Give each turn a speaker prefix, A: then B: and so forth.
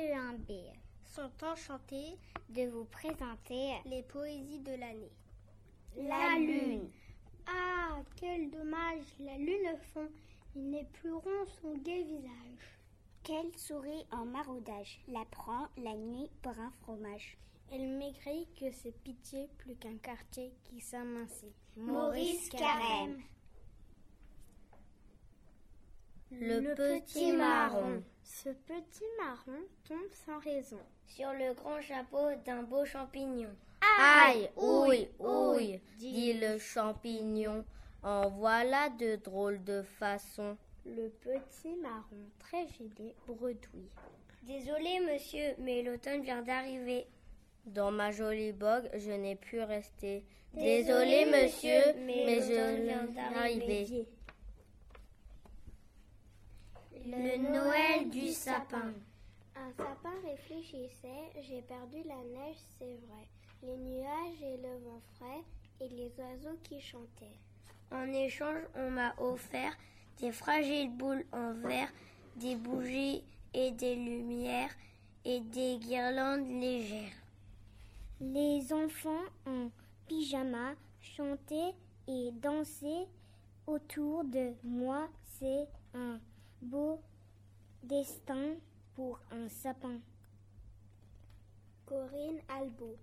A: Bébé sont enchantés de vous présenter
B: les poésies de l'année.
C: La lune.
D: Ah, quel dommage, la lune fond, il n'est plus rond son gai visage.
C: Qu'elle sourit en maraudage, la prend la nuit pour un fromage.
E: Elle maigrit que c'est pitié plus qu'un quartier qui s'amincit.
F: Maurice Carême.
G: Le, le petit marron.
E: Ce petit marron tombe sans raison.
F: Sur le grand chapeau d'un beau champignon.
G: Aïe, ouille, ouille, dit le champignon. En voilà de drôles de façons.
E: Le petit marron, très gêné, bredouille.
F: Désolé, monsieur, mais l'automne vient d'arriver.
G: Dans ma jolie bogue, je n'ai pu rester. Désolé, Désolé monsieur, mais, mais je viens d'arriver.
H: Le Noël du sapin.
I: Un sapin réfléchissait, j'ai perdu la neige, c'est vrai, les nuages et le vent frais, et les oiseaux qui chantaient.
H: En échange, on m'a offert des fragiles boules en verre, des bougies et des lumières, et des guirlandes légères.
C: Les enfants en pyjama chantaient et dansaient autour de moi. C'est un beau destin pour un sapin.
D: Corinne Albo.